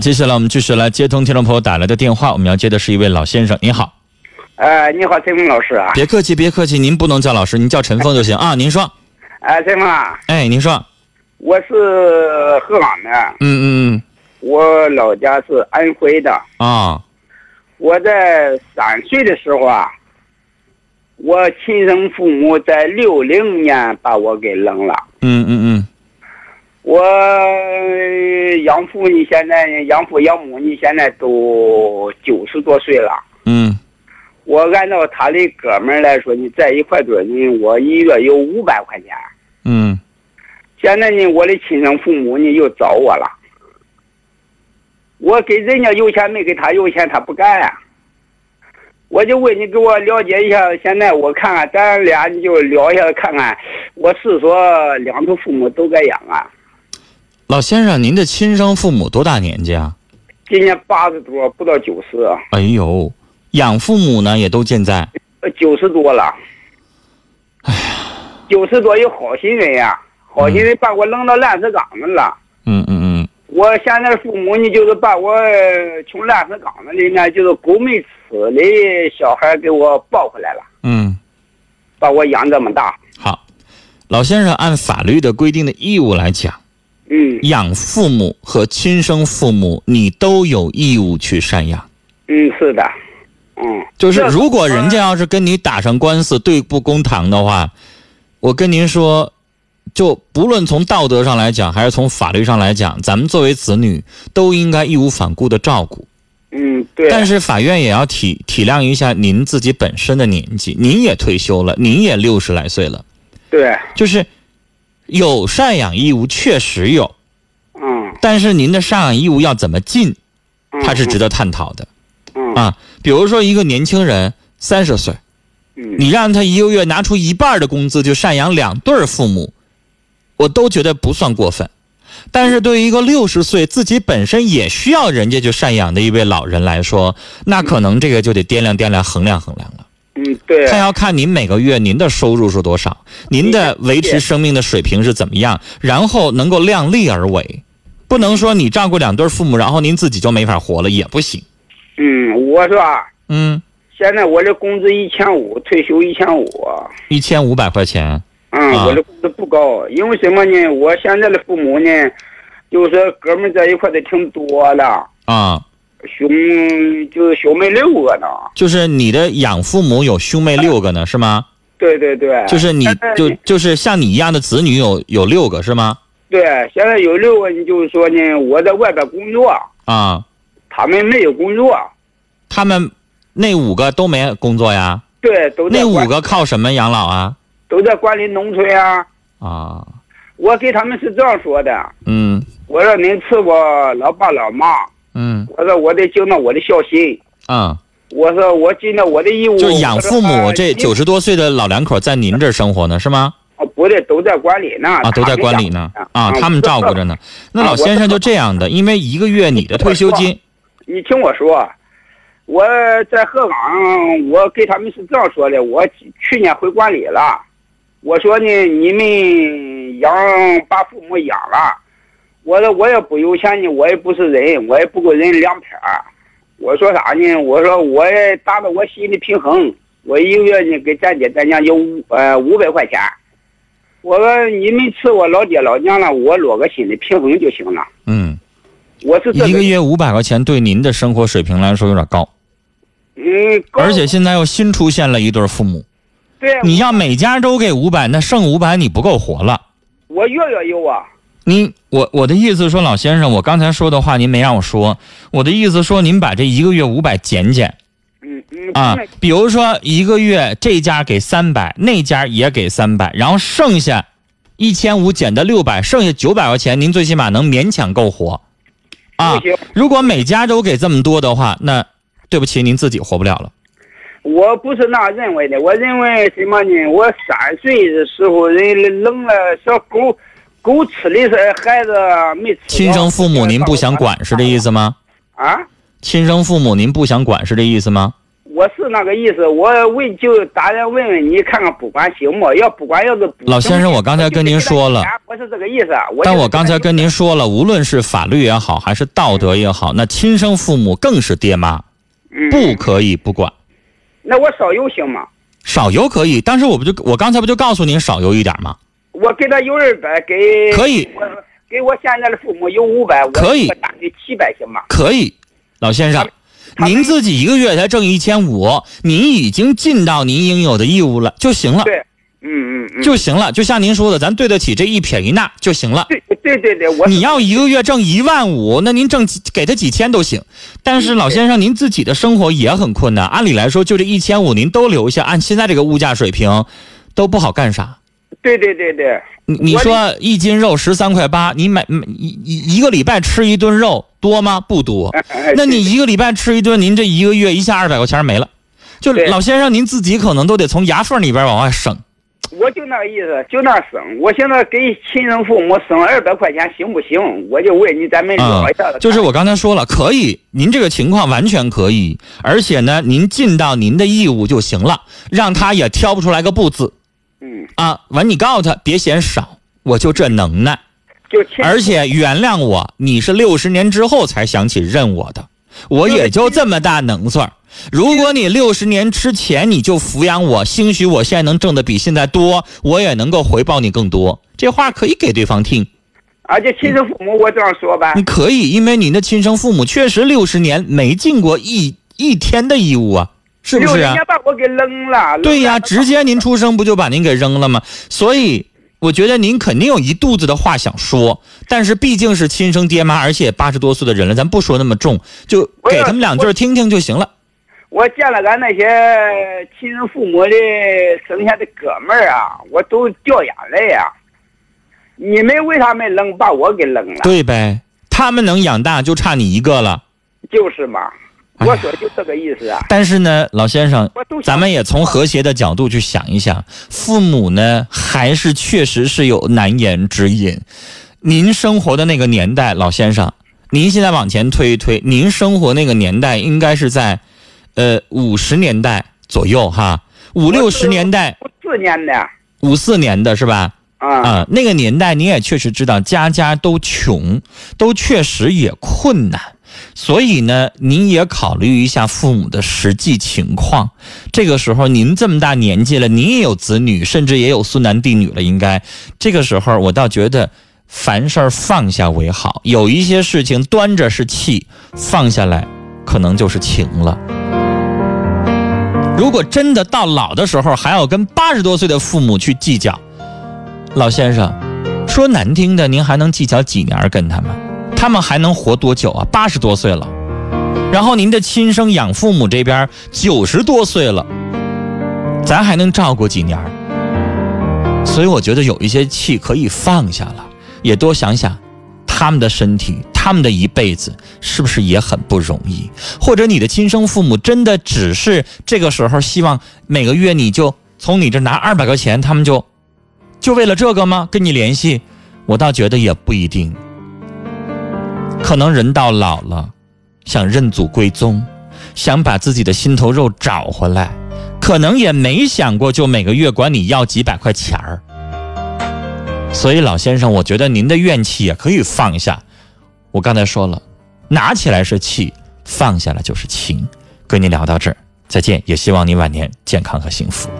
接下来我们继续来接通听众朋友打来的电话，我们要接的是一位老先生，您好，呃，你好，陈峰老师啊，别客气，别客气，您不能叫老师，您叫陈峰就行啊。您说，呃，陈峰啊，哎，您说，我是鹤岗的，嗯嗯我老家是安徽的。嗯，啊，我在三岁的时候啊，我亲生父母在六零年把我给扔了。嗯嗯嗯，我呃养父呢，现在养父养母呢，现在都九十多岁了。嗯，我按照他的哥们儿来说呢，在一块堆儿呢，我一月有五百块钱。嗯，现在呢，我的亲生父母呢又找我了。我给人家有钱没给他有钱，他不干、啊。我就问你，给我了解一下，现在我看看，咱俩你就聊一下，看看我是说两头父母都该养啊。老先生，您的亲生父母多大年纪啊？今年八十多，不到九十，哎呦，养父母呢也都健在，呃，九十多了。哎呀，嗯九十多有好心人呀、好心人把我扔到烂石岗子了。嗯嗯嗯，我现在父母呢，就是把我呃从烂石岗子里面就是狗没吃的小孩给我抱回来了，嗯，把我养这么大。好，老先生，按法律的规定的义务来讲，嗯养父母和亲生父母你都有义务去赡养。嗯，是的，嗯，就是这如果人家要是跟你打上官司，对簿公堂的话，我跟您说，就不论从道德上来讲，还是从法律上来讲，咱们作为子女都应该义无反顾的照顾。嗯对，但是法院也要体体谅一下您自己本身的年纪，您也退休了，您也六十来岁了，对，就是有赡养义务确实有，嗯，但是您的赡养义务要怎么尽，嗯它是值得探讨的嗯啊。比如说一个年轻人三十岁。嗯你让他一个月拿出一半的工资就赡养两对儿父母，我都觉得不算过分。但是对于一个六十岁自己本身也需要人家去赡养的一位老人来说，那可能这个就得掂量掂量、衡量衡量了。嗯对，他要看您每个月您的收入是多少，您的维持生命的水平是怎么样，然后能够量力而为，不能说你照顾两对儿父母，然后您自己就没法活了也不行。嗯，我说啊，嗯，现在我的工资一千五，退休一千五，一千五百块钱。嗯，啊我的工资不高，因为什么呢？我现在的父母呢，就是说哥们儿在一块的挺多了。啊，兄就是兄妹六个呢，就是你的养父母有兄妹六个呢，是吗？对对对，就是你现在就就是像你一样的子女有有六个是吗？对，现在有六个，你就是说呢，我在外边工作，啊，他们没有工作，他们那五个都没工作呀，对，都在那管五个靠什么养老啊？都在管理农村啊。啊，我给他们是这样说的，嗯我说您是我老爸老妈，嗯我说我得尽到我的孝心，啊，我说我尽到我的义务。啊就是养父母这九是十多岁的老两口在您这儿生活呢，是吗？不对，都在管理呢，啊，都在管理呢。呢他们，啊，养他们照顾着呢。那老先生就这样的，因为一个月你的退休金，你听我说，我在鹤岗，我给他们是这样说的：我去年回管理了，我说呢，你们养把父母养了，我说我也不有钱呢，我也不是人，我也不够人两撇儿。我说啥呢？我说我也达到我心里平衡，我一个月呢给咱爹咱娘有五呃五百块钱。我说你们吃我老爹老娘了，我落个心里平衡就行了。嗯，我是这一个月五百块钱对您的生活水平来说有点高，嗯，高而且现在又新出现了一对儿父母。对你要每家都给五百，那剩五百你不够活了。我月月有啊，您，我我的意思说，老先生，我刚才说的话您没让我说。我的意思说，您把这一个月五百减减嗯嗯啊嗯，比如说一个月这家给三百，那家也给三百，然后剩下一千五减的六百，剩下九百块钱，您最起码能勉强够活啊不。行，如果每家都给这么多的话，那对不起，您自己活不了了。我不是那认为的，我认为什么呢？我三岁的时候，人扔了小狗，狗吃的是孩子没吃着。亲生父母您不想管是这意思吗？啊？亲生父母您不想管是这意思吗？我我是那个意思，我问就达人问问你，看看补管行不？要补管要是补老先生我刚才跟您说了，我就给他钱不是这个意思。啊我但就是我刚才跟您说了，无论是法律也好，还是道德也好，那亲生父母更是爹妈，嗯不，可以不管。那我少油行吗？少油可以，但是我不就我刚才不就告诉您少油一点吗？我给他邮二百，给可以我给我现在的父母邮五百，我可以我打给七百行吗？可以，老先生，他们您自己一个月才挣一千五，您已经尽到您应有的义务了就行了，对，嗯嗯嗯，就行了。就像您说的，咱对得起这一撇一捺就行了。对对对对，我你要一个月挣一万五，那您挣几给他几千都行。但是嗯老先生，您自己的生活也很困难。按理来说，就这一千五您都留下，按现在这个物价水平，都不好干啥。对对对对，你你我说一斤肉十三块八，你买嗯一一一个礼拜吃一顿肉多吗？不多。哎那你一个礼拜吃一顿，您这一个月一下二百块钱没了。就对老先生，您自己可能都得从牙缝里边往外省。我就那个意思，就那省。我现在给亲生父母省二百块钱行不行？我就问你，咱们啊聊一下子、就是我刚才说了，可以，您这个情况完全可以，而且呢，您尽到您的义务就行了，让他也挑不出来个不字嗯，啊。完，你告诉他别嫌少，我就这能耐，就亲，而且原谅我，你是六十年之后才想起认我的，我也就这么大能算儿。如果你六十年之前你就抚养我，兴许我现在能挣的比现在多，我也能够回报你更多。这话可以给对方听。而且亲生父母，我这样说吧，你可以，因为你的亲生父母确实六十年没尽过一一天的义务啊，是不六是十啊？年把我给扔了。对呀、扔了直接您出生不就把您给扔了吗？所以我觉得您肯定有一肚子的话想说，但是毕竟是亲生爹妈，而且八十多岁的人了，咱不说那么重，就不是给他们两句儿听听就行了。我见了俺那些亲生父母的剩下的哥们儿啊，我都掉眼泪啊。你们为啥没扔，把我给扔了？对呗，他们能养大就差你一个了。就是嘛，哎呀我说就这个意思啊。但是呢，老先生，我都想咱们也从和谐的角度去想一想，父母呢还是确实是有难言之隐。您生活的那个年代，老先生，您现在往前推一推，您生活那个年代应该是在，呃，五十年代左右哈，五六十年代，四年的五四年的是吧？啊，啊、那个年代你也确实知道，家家都穷，都确实也困难，所以呢，您也考虑一下父母的实际情况。这个时候您这么大年纪了，您也有子女，甚至也有孙男弟女了，应该这个时候我倒觉得。凡事儿放下为好，有一些事情端着是气，放下来可能就是情了。如果真的到老的时候还要跟八十多岁的父母去计较，老先生，说难听的，您还能计较几年儿跟他们？他们还能活多久啊？八十多岁了，然后您的亲生养父母这边九十多岁了，咱还能照顾几年儿？所以我觉得有一些气可以放下了，也多想想他们的身体，他们的一辈子是不是也很不容易？或者你的亲生父母真的只是这个时候希望每个月你就从你这拿二百块钱，他们就就为了这个吗？跟你联系，我倒觉得也不一定。可能人到老了，想认祖归宗，想把自己的心头肉找回来，可能也没想过就每个月管你要几百块钱儿。所以老先生，我觉得您的怨气也可以放下。我刚才说了，拿起来是气，放下来就是情。跟您聊到这儿，再见，也希望您晚年健康和幸福。